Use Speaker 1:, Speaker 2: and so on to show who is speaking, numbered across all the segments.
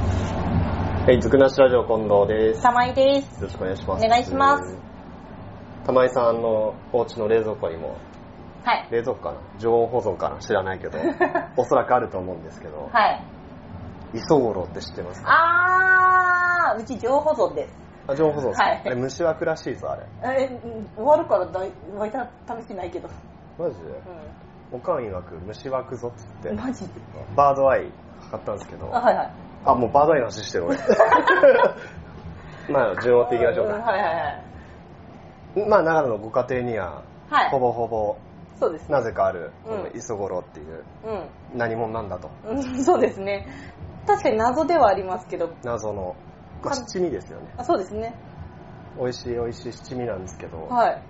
Speaker 1: はい、ずくなしラジオ近藤です。よ
Speaker 2: 玉井です。
Speaker 1: ろしくお願いします。
Speaker 2: お願いします。
Speaker 1: 玉井さんのお家の冷蔵庫にも、
Speaker 2: はい。
Speaker 1: 冷蔵庫かな常温保存かな知らない けど、おそらくあると思うんですけど、
Speaker 2: はい。
Speaker 1: 磯五郎って知ってますか
Speaker 2: あー、うち情保存です。
Speaker 1: あ常温保存ですか、
Speaker 2: はい
Speaker 1: あれ虫はらしいぞ、あれ。
Speaker 2: えー、うん終わるからだい、湧いた試してないけど。
Speaker 1: マジでおかん曰く虫湧くぞっつって
Speaker 2: うん。、マジで。
Speaker 1: バードアイ買ったんですけ
Speaker 2: あ、
Speaker 1: ど、
Speaker 2: はいはい。
Speaker 1: あ、もうバードアイの話して る俺。まあ、順を追っていきましょう
Speaker 2: うん
Speaker 1: か。
Speaker 2: はいはいはい。
Speaker 1: まあ、長野のご家庭には、
Speaker 2: はい。
Speaker 1: ほぼほぼ、
Speaker 2: そうですね。
Speaker 1: なぜかある、この
Speaker 2: うん
Speaker 1: 磯五郎っていう、
Speaker 2: うん
Speaker 1: 何者なんだと。
Speaker 2: うん。そうですね。確かに謎ではありますけど。
Speaker 1: 謎の、まあ、
Speaker 2: か
Speaker 1: 七味ですよね
Speaker 2: あそうですね。
Speaker 1: 美味しい美味しい七味なんですけど、
Speaker 2: はい。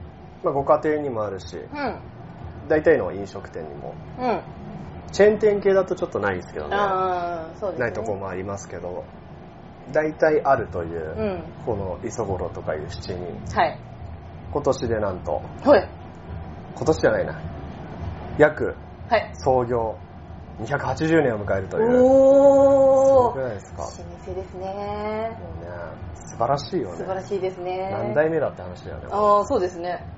Speaker 1: まあ、ご家庭にもあるし
Speaker 2: うん。
Speaker 1: 大体の飲食店にも
Speaker 2: うん。
Speaker 1: チェーン店系だとちょっとないですけどね
Speaker 2: あー、そうですね。
Speaker 1: ないとこもありますけど大体あるというう、
Speaker 2: ん。
Speaker 1: この磯五郎とかいう七味
Speaker 2: はい。
Speaker 1: 今年でなんと
Speaker 2: はい。
Speaker 1: 今年じゃないな約
Speaker 2: はい。
Speaker 1: 創業280年を迎えるというすご
Speaker 2: お
Speaker 1: く
Speaker 2: ー。
Speaker 1: ないですか
Speaker 2: 老舗ですね。
Speaker 1: もうね素晴らしいよ
Speaker 2: 素晴ら
Speaker 1: ね
Speaker 2: しいですね。
Speaker 1: 何代目だって話だよね
Speaker 2: ああ、そうですね。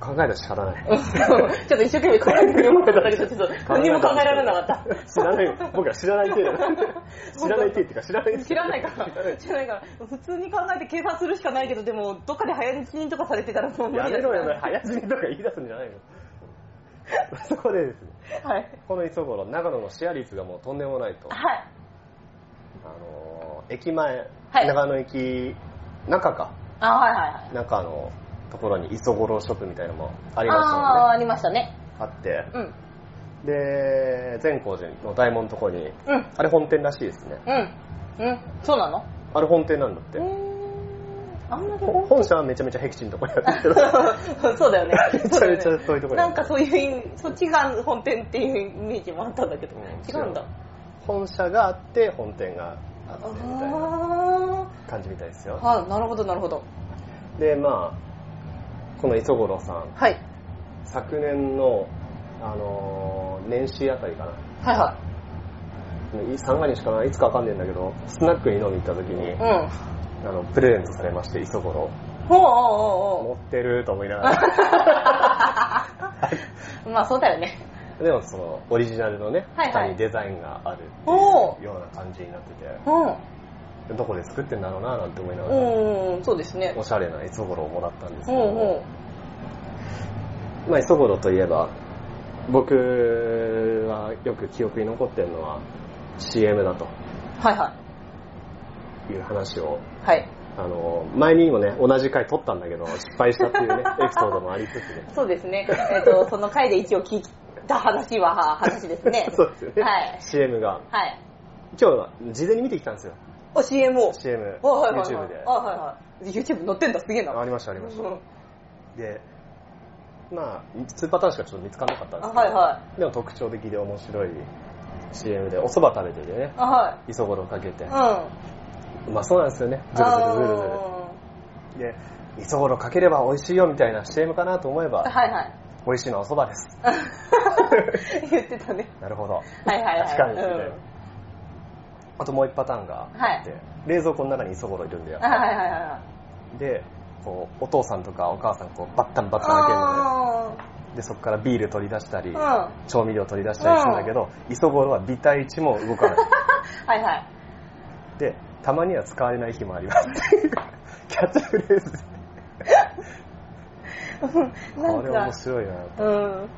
Speaker 1: 考えたら仕方ない
Speaker 2: うんちょっと一生懸命考えてみようかと思ったけど、ちょっと何も考えられなかった。
Speaker 1: 知らない、僕ら知らない 程度。知らない程度っていうか知らない程度
Speaker 2: 知らないから、知らないから、普通に考えて計算するしかないけど、でも、どっかで早死にとかされてたらもう無理だ
Speaker 1: やめろやめろ、早死にとか言い出すんじゃないの。そこでですね、
Speaker 2: はい。
Speaker 1: この磯五郎、長野のシェア率がもうとんでもないと。あ
Speaker 2: はい。
Speaker 1: のー、駅前、
Speaker 2: はい
Speaker 1: 長野駅、中か、
Speaker 2: あはいはいはい。
Speaker 1: 中のところに磯五郎ショップみたいなのもあ
Speaker 2: あ
Speaker 1: りましたもん
Speaker 2: ー
Speaker 1: ね。
Speaker 2: ありましたね。
Speaker 1: あって、
Speaker 2: うん。
Speaker 1: で、善光寺の大門のとこに、
Speaker 2: うん。
Speaker 1: あれ本店らしいですね。
Speaker 2: うん。うん。そうなの
Speaker 1: あれ本店なんだって
Speaker 2: う。ーん。あんまり。
Speaker 1: ほ本社はめちゃめちゃ僻地のとこにあ るんですけど、
Speaker 2: そうだよね。
Speaker 1: めちゃめちゃ遠いところにある
Speaker 2: なんかそういう意味、そっちが本店っていうイメージもあったんだけど、
Speaker 1: うん
Speaker 2: 違うんだ。
Speaker 1: 本社があって本店があってみたいな
Speaker 2: あ
Speaker 1: 感じみたいです
Speaker 2: あ。
Speaker 1: よ
Speaker 2: はい、なるほど、なるほど。
Speaker 1: でまあこの磯五郎さん
Speaker 2: はい。
Speaker 1: 昨年の、あのー年始あたりかな
Speaker 2: はいは
Speaker 1: 三が日かないつかわかんねえんだけどスナックに飲みに行った時に
Speaker 2: い。うん。
Speaker 1: あのプレゼントされまして磯五郎
Speaker 2: ほう
Speaker 1: 持
Speaker 2: ほうほう
Speaker 1: ってると思いな がら
Speaker 2: ほう。まあそうだよね。
Speaker 1: でもそのオリジナルのね
Speaker 2: はいは
Speaker 1: 蓋
Speaker 2: い
Speaker 1: にデザインがあるってい
Speaker 2: お
Speaker 1: うような感じになってて
Speaker 2: うん。
Speaker 1: どこで作ってんだろうななんて思いながら、
Speaker 2: うんうん、そうですね。
Speaker 1: おしゃれな磯五郎をもらったんですけ
Speaker 2: ほう
Speaker 1: ど、
Speaker 2: ほ
Speaker 1: まあ、磯五郎といえば、僕はよく記憶に残ってるのは CM だと
Speaker 2: う。はいは
Speaker 1: いう話を、
Speaker 2: い。はい。
Speaker 1: あの、前にもね、同じ回撮ったんだけど、失敗したって いうね、エピソードもありつつね。。
Speaker 2: そうですね。えっと、その回で一応聞いた話は、話ですね
Speaker 1: そうですよね。
Speaker 2: はい。
Speaker 1: CM が、
Speaker 2: はい。
Speaker 1: 今日は事前に見てきたんですよ、
Speaker 2: お、CM を。
Speaker 1: CM。
Speaker 2: はいはいはい。
Speaker 1: YouTube で。
Speaker 2: あはいはい。YouTube 載ってんだ、すげえな。
Speaker 1: ありました、ありまし
Speaker 2: うん
Speaker 1: た。で、まあ、2パターンしかちょっと見つからなかったん
Speaker 2: あ、
Speaker 1: ですけど、
Speaker 2: はいはい。
Speaker 1: でも特徴的で面白い CM で、お蕎麦食べててね、
Speaker 2: あ、は
Speaker 1: 磯五郎かけて
Speaker 2: い。う、ん。
Speaker 1: うまそうなんですよね、ずるずるずるずる。で、磯ごろかければ美味しいよみたいな CM かなと思え
Speaker 2: あー
Speaker 1: ば、
Speaker 2: は いはい。
Speaker 1: 美味しいのはお蕎麦です。
Speaker 2: 言ってたね。
Speaker 1: なるほど。
Speaker 2: はいはいは
Speaker 1: 確
Speaker 2: い。
Speaker 1: かに、み
Speaker 2: う
Speaker 1: たいなんあともう一パターンがあって、冷蔵庫の中に磯ごろいるんだよ
Speaker 2: あ。はいはいはいはい。
Speaker 1: で、こう、お父さんとかお母さんこう、バッタンバッタン開けるのね。
Speaker 2: あ
Speaker 1: で、そこからビール取り出したり
Speaker 2: ー、うん。
Speaker 1: 調味料取り出したりするんだけど、磯ごろはビタ1も動かない。
Speaker 2: は いはい。
Speaker 1: で、たまには使われない日もあります。キャッチフレーズ。
Speaker 2: な
Speaker 1: これ
Speaker 2: ん
Speaker 1: 面
Speaker 2: か、
Speaker 1: 白いな。
Speaker 2: う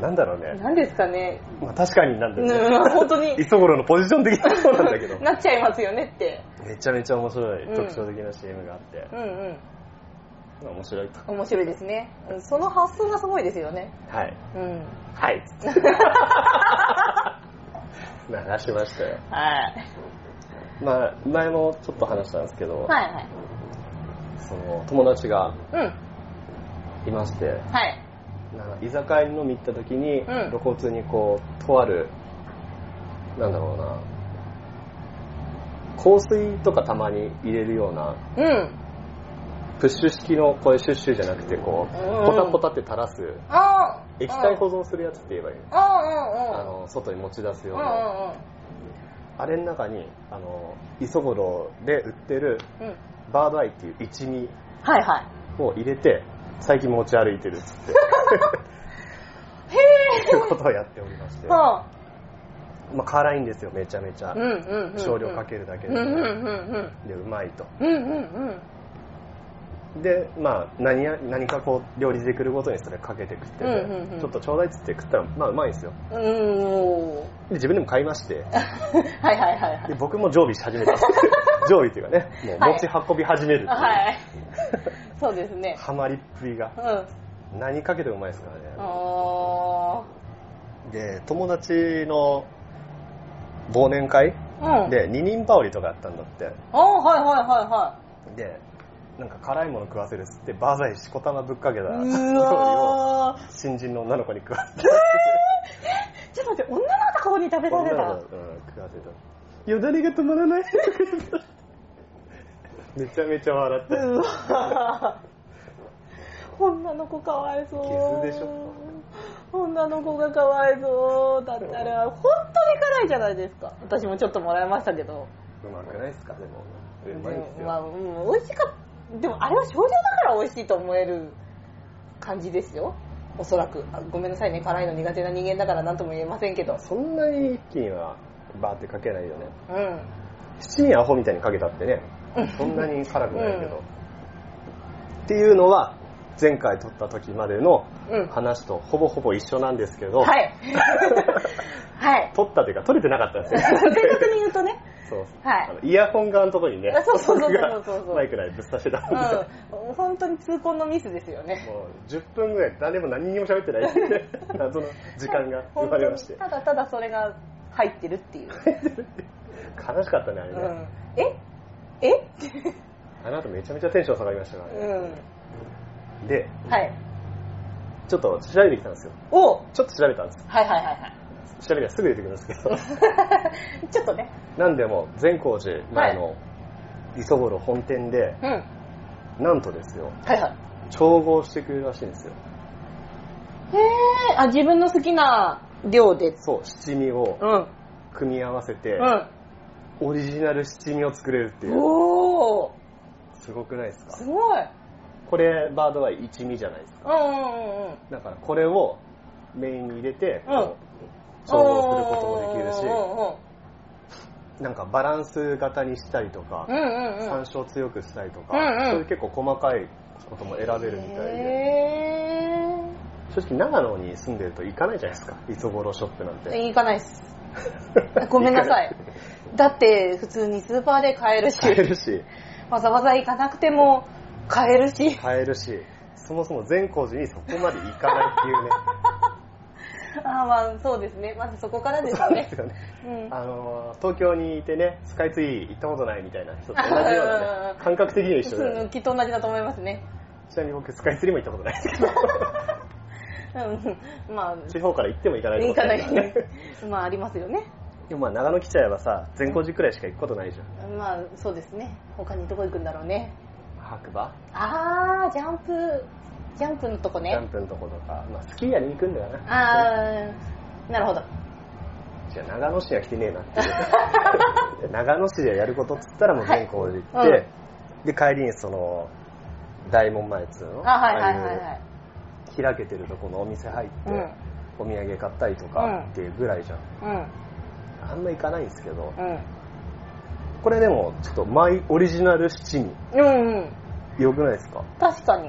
Speaker 1: なんだろうね
Speaker 2: ん。。なんですかね。
Speaker 1: まあ確かになんだよ
Speaker 2: うん
Speaker 1: ね。、
Speaker 2: 本当 に、
Speaker 1: 磯ごろのポジション的にそうなんだけど。
Speaker 2: なっちゃいますよねって。
Speaker 1: めちゃめちゃ面白い
Speaker 2: うん
Speaker 1: 特徴的な CM があって
Speaker 2: う、んうん。
Speaker 1: 面白いと
Speaker 2: 面白いですね。うんその発想がすごいですよね。
Speaker 1: はい
Speaker 2: うん。
Speaker 1: はい流し ましたよ、
Speaker 2: はい。
Speaker 1: まあ、前もちょっと話したんですけど、
Speaker 2: はいはい。
Speaker 1: その友達が
Speaker 2: うん。
Speaker 1: いまして
Speaker 2: はい。
Speaker 1: なんか居酒屋に飲み行った時に、
Speaker 2: うん
Speaker 1: 露骨にこうとあるなんだろうな香水とかたまに入れるような
Speaker 2: うん。
Speaker 1: プッシュ式のこれシュッシュじゃなくてこう、
Speaker 2: うん
Speaker 1: ポタポタって垂らす
Speaker 2: あー
Speaker 1: 液体保存するやつって言えばいいの
Speaker 2: あーうんうん。
Speaker 1: あの外に持ち出すよう
Speaker 2: うん
Speaker 1: な
Speaker 2: うんうん。
Speaker 1: あれの中に、あの、磯五郎で売ってる
Speaker 2: うん。
Speaker 1: バードアイっていう一味
Speaker 2: はいはい。
Speaker 1: を入れて、最近持ち歩いてるっつって、っ
Speaker 2: へ
Speaker 1: て いうことをやっておりまして。
Speaker 2: え。はあ。
Speaker 1: まあ、辛いんですよ、めちゃめちゃ
Speaker 2: うん。うんうんうん。
Speaker 1: 少量かけるだけ
Speaker 2: う
Speaker 1: で。
Speaker 2: んうんうん
Speaker 1: で、
Speaker 2: う
Speaker 1: う
Speaker 2: ん。
Speaker 1: まいと。
Speaker 2: うんうんうん。
Speaker 1: で、まあ、何や、何かこう、料理でくるごとにそれかけて食ってて、
Speaker 2: うんうんうん
Speaker 1: ちょっとちょうだいっつって食ったら、まあ、うまいんですよ。
Speaker 2: うーん、おー
Speaker 1: で、自分でも買いまして、
Speaker 2: はいはいはいはい
Speaker 1: で、僕も常備し始 めたんです。常備っていうかね、もう持ち運び始めるっていう。
Speaker 2: あ。はい。そうですね。
Speaker 1: ハマりっぷりが
Speaker 2: う。ん。
Speaker 1: 何かけてもうまいですからね。
Speaker 2: あ
Speaker 1: で友達の忘年会
Speaker 2: ー。うん。、
Speaker 1: で二人羽織とかやったんだって
Speaker 2: あー、はいはいはいは
Speaker 1: でなんか辛いもの食わせるっつってバーザイしこたまぶっかけた 料理
Speaker 2: い。う
Speaker 1: を
Speaker 2: わ
Speaker 1: 新人の女の子に食わせた
Speaker 2: ー。ちょっと待って、女の子に食べら
Speaker 1: 女
Speaker 2: れ
Speaker 1: の
Speaker 2: た。
Speaker 1: 子、うん、食わせたよだれが止まらない めちゃめちゃ笑って
Speaker 2: うわー。女の子かわいそう。
Speaker 1: ゲスでしょ
Speaker 2: 女の子がかわいそう。だったら、本当に辛いじゃないですか。私もちょっともらいましたけど。
Speaker 1: うまくないっすかでもうまいっす
Speaker 2: まあ、
Speaker 1: よ
Speaker 2: うん、美味しかった。でもあれは少量だから美味しいと思える感じですよ。おそらく。あごめんなさいね、辛いの苦手な人間だから何とも言えませんけど。
Speaker 1: そんなに一気にはバーってかけないよね
Speaker 2: うん。
Speaker 1: 七人アホみたいにかけたってね
Speaker 2: うん
Speaker 1: そんなに辛くないけ
Speaker 2: う
Speaker 1: ど、っていうのは前回撮った時までの
Speaker 2: うん。
Speaker 1: 話とほぼほぼ一緒なんですけど、
Speaker 2: はい。はい。
Speaker 1: 撮ったというか撮れてなかったんですよ
Speaker 2: 正確 に言うとね。
Speaker 1: そう
Speaker 2: はい
Speaker 1: あのイヤホン側のとこにね
Speaker 2: あそうそうそうそう
Speaker 1: 僕が
Speaker 2: そうそうそう
Speaker 1: マイクでぶっ刺してたもんで、
Speaker 2: うん。本当に痛恨のミスですよね。
Speaker 1: もう10分ぐらい誰も何にも喋ってないっていうね謎の時間が生まれまして
Speaker 2: 本当にただただそれが入ってるっていう。
Speaker 1: 悲しかったねあれ
Speaker 2: う
Speaker 1: ね、
Speaker 2: ん。ええって。
Speaker 1: あの後めちゃめちゃテンション下がりましたから
Speaker 2: う
Speaker 1: ね、
Speaker 2: ん。
Speaker 1: で
Speaker 2: はい。
Speaker 1: ちょっと調べてきたんですよ
Speaker 2: おはい
Speaker 1: ちょっと調べたんで
Speaker 2: はいはいはい。
Speaker 1: す調べたらすぐ出てくるんですけ ど
Speaker 2: ちょっとね。
Speaker 1: なんでも善光寺前の磯五郎本店で、
Speaker 2: うん。はい
Speaker 1: なんとですよ
Speaker 2: はい。
Speaker 1: 調合してくれるらしいんですよ
Speaker 2: へえ、あ、自分の好きな量で。
Speaker 1: そう七味を
Speaker 2: うん。
Speaker 1: 組み合わせて、
Speaker 2: うん。
Speaker 1: オリジナル七味を作れるっていう
Speaker 2: おお
Speaker 1: すごくないですか
Speaker 2: すごい。
Speaker 1: これバードは一味じゃないですか
Speaker 2: うんうんうんうん。
Speaker 1: だからこれをメインに入れて、
Speaker 2: うん
Speaker 1: こう調合することもできるし
Speaker 2: う
Speaker 1: なんかバランス型にしたりとか、
Speaker 2: んうんうん。うんうんう
Speaker 1: 山
Speaker 2: ん。
Speaker 1: 椒強くしたりとか、
Speaker 2: うんうん
Speaker 1: そういう結構細かいことも選べるみたいで
Speaker 2: へ
Speaker 1: 正直長野に住んでると行かないじゃないですか磯五郎ショップなんて
Speaker 2: え。行かないっす。ごめんなさい。だって、普通にスーパーで買えるし、
Speaker 1: 買えるし
Speaker 2: わざわざ行かなくても買えるし、
Speaker 1: 買えるしそもそも善光寺にそこまで行かないっていうね
Speaker 2: あーまあそうですね。まずそこからです
Speaker 1: そうで
Speaker 2: ね
Speaker 1: す。よね
Speaker 2: うん。
Speaker 1: あのー東京にいてねスカイツリー行ったことないみたいな人と同じようなね感覚的には一緒で、
Speaker 2: うんきっと同じだと思いますね。
Speaker 1: ちなみに僕スカイツリーも行ったことないですけ ど
Speaker 2: うん。まあ、
Speaker 1: 地方から行っても行かないと
Speaker 2: 行
Speaker 1: 思
Speaker 2: か
Speaker 1: っ
Speaker 2: な
Speaker 1: て
Speaker 2: い
Speaker 1: るからね
Speaker 2: まあありますよね
Speaker 1: でもまあ長野来ちゃえばさ善光寺くらいしか行くことないじゃん
Speaker 2: まあそうですね他にどこ行くんだろうね
Speaker 1: 白馬
Speaker 2: あージャンプジャンプのとこ
Speaker 1: ジャ
Speaker 2: ね
Speaker 1: ンプのとことか、まあ、スキー屋に行くんだよな
Speaker 2: あーなるほど
Speaker 1: じゃあ長野市には来てねえなってい う長野市でやることっつったらもう善光寺行って、
Speaker 2: はいうん
Speaker 1: で帰りにその大門前っつうの
Speaker 2: あはいはいはい
Speaker 1: あ
Speaker 2: は
Speaker 1: あ
Speaker 2: いう
Speaker 1: 開けてるとこのお店入って、
Speaker 2: うん
Speaker 1: お土産買ったりと
Speaker 2: うん
Speaker 1: かっていうぐらいじゃん、
Speaker 2: う
Speaker 1: あんま行かないんですけど
Speaker 2: ん
Speaker 1: これでもちょっとマイオリジナル七味
Speaker 2: うんうんうん
Speaker 1: よくないですか
Speaker 2: 確かに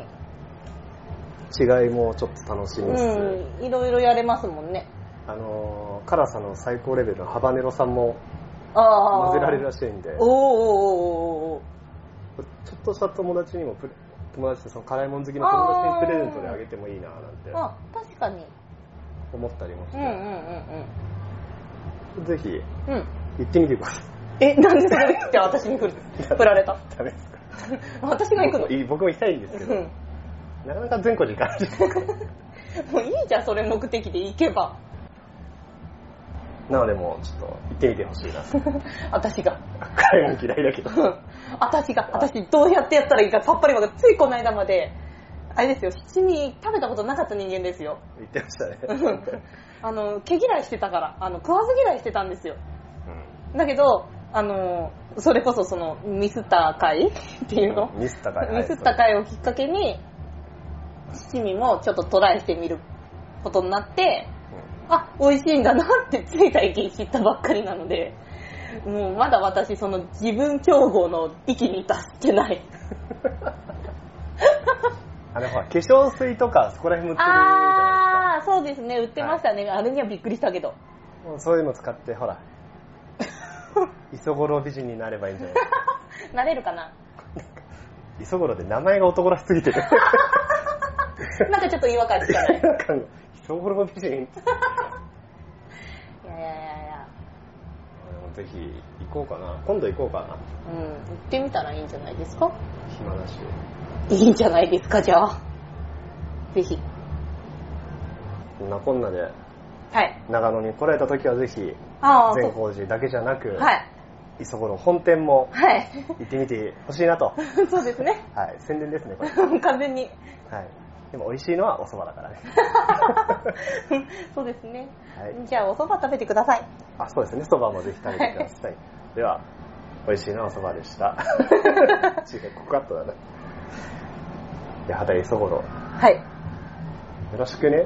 Speaker 1: 違いもちょっと楽しみつつ、
Speaker 2: うんいろいろやれますもんね
Speaker 1: あのー辛さの最高レベルのハバネロさんも
Speaker 2: ああ
Speaker 1: 混ぜられるらしいんでちょ
Speaker 2: おーおーおーおーお
Speaker 1: っとした友達にもプレ友達とその辛いもん好きの友達にプレゼントであげてもいいななんて
Speaker 2: ーあ確かに
Speaker 1: 思ったりもし
Speaker 2: うんうんうん
Speaker 1: て、ぜひ
Speaker 2: うんうん
Speaker 1: 行ってみてください
Speaker 2: えなんでそれって私に振る振られ た
Speaker 1: ダメですか
Speaker 2: 私が行くの
Speaker 1: 僕も僕も行きたいんですけど、
Speaker 2: うん
Speaker 1: なかなか全国に行かないですから
Speaker 2: もういいじゃん、それ目的で行けば。
Speaker 1: なのでもうちょっと行ってみてほしいな
Speaker 2: 私が。
Speaker 1: 辛いもん嫌いだけど
Speaker 2: 私が。私、どうやってやったらいいかさっぱりわかんないついこの間まで、あれですよ、七味食べたことなかった人間ですよ。
Speaker 1: 言ってましたね。
Speaker 2: あの、毛嫌いしてたから、あの、食わず嫌いしてたんですよ。
Speaker 1: うん
Speaker 2: だけど、あの、それこそその、ミスった回 っていうの、
Speaker 1: ミスったかい。
Speaker 2: ミスった回をきっかけに、七味もちょっとトライしてみることになって、あ、美味しいんだなってつい最近知ったばっかりなので、もうまだ私その自分競合の域に達してない。
Speaker 1: あれほら、化粧水とかそこら辺も売ってるじゃ
Speaker 2: あー、そうですね、売ってましたね。あれにはびっくりしたけど。
Speaker 1: ないですか。もうそういうの使って、 ほら、磯五郎美人になればいいんじゃないですか。
Speaker 2: なれるか な
Speaker 1: 磯五郎って名前が男らしすぎてて。
Speaker 2: なんかちょっと違和感しか ない。
Speaker 1: なんか磯五郎美人。
Speaker 2: いやいやいやいや。
Speaker 1: ぜひ行こうかな。今度行こうかな。
Speaker 2: うん、行ってみたらいいんじゃないですか
Speaker 1: 暇だし。
Speaker 2: いいんじゃないですか、じゃあ。ぜひ。
Speaker 1: こんなこんなで、
Speaker 2: はい。
Speaker 1: 長野に来られた時はぜひ、
Speaker 2: ああ、そ
Speaker 1: 善
Speaker 2: う。
Speaker 1: 光寺だけじゃなく、
Speaker 2: はい。
Speaker 1: 磯五郎本店も
Speaker 2: はい。
Speaker 1: 行ってみてほしいなと。
Speaker 2: そうですね。
Speaker 1: はい、宣伝ですね、これ。
Speaker 2: 完全に。
Speaker 1: はい。でも美味しいのはお蕎麦だからね。
Speaker 2: そうですね。
Speaker 1: はい
Speaker 2: じゃあ、お蕎麦食べてください。
Speaker 1: あ、そうですね、蕎麦もぜひ食べてください。では、美味しいのはお蕎麦で した。違う、コカットだね。で、畑磯五郎、よ
Speaker 2: はい。
Speaker 1: ろしくね。